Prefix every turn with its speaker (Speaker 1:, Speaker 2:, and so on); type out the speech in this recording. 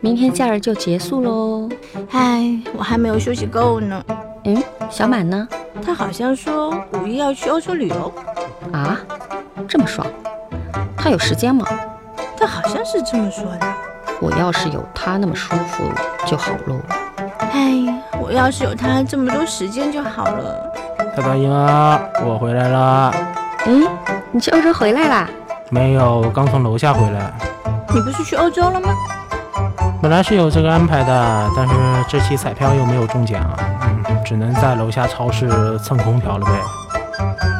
Speaker 1: 明天假日就结束喽。
Speaker 2: 唉，我还没有休息够呢。
Speaker 1: 嗯，小满呢？
Speaker 2: 他好像说五一要去欧洲旅游，
Speaker 1: 啊，这么爽？他有时间吗？
Speaker 2: 他好像是这么说的。
Speaker 1: 我要是有他那么舒服就好喽。
Speaker 2: 唉，我要是有他这么多时间就好了。
Speaker 3: 大大英啊，我回来啦！
Speaker 1: 嗯，你去欧洲回来啦？
Speaker 3: 没有，我刚从楼下回来。
Speaker 2: 你不是去欧洲了吗？
Speaker 3: 本来是有这个安排的，但是这期彩票又没有中奖，嗯，只能在楼下超市蹭空调了呗。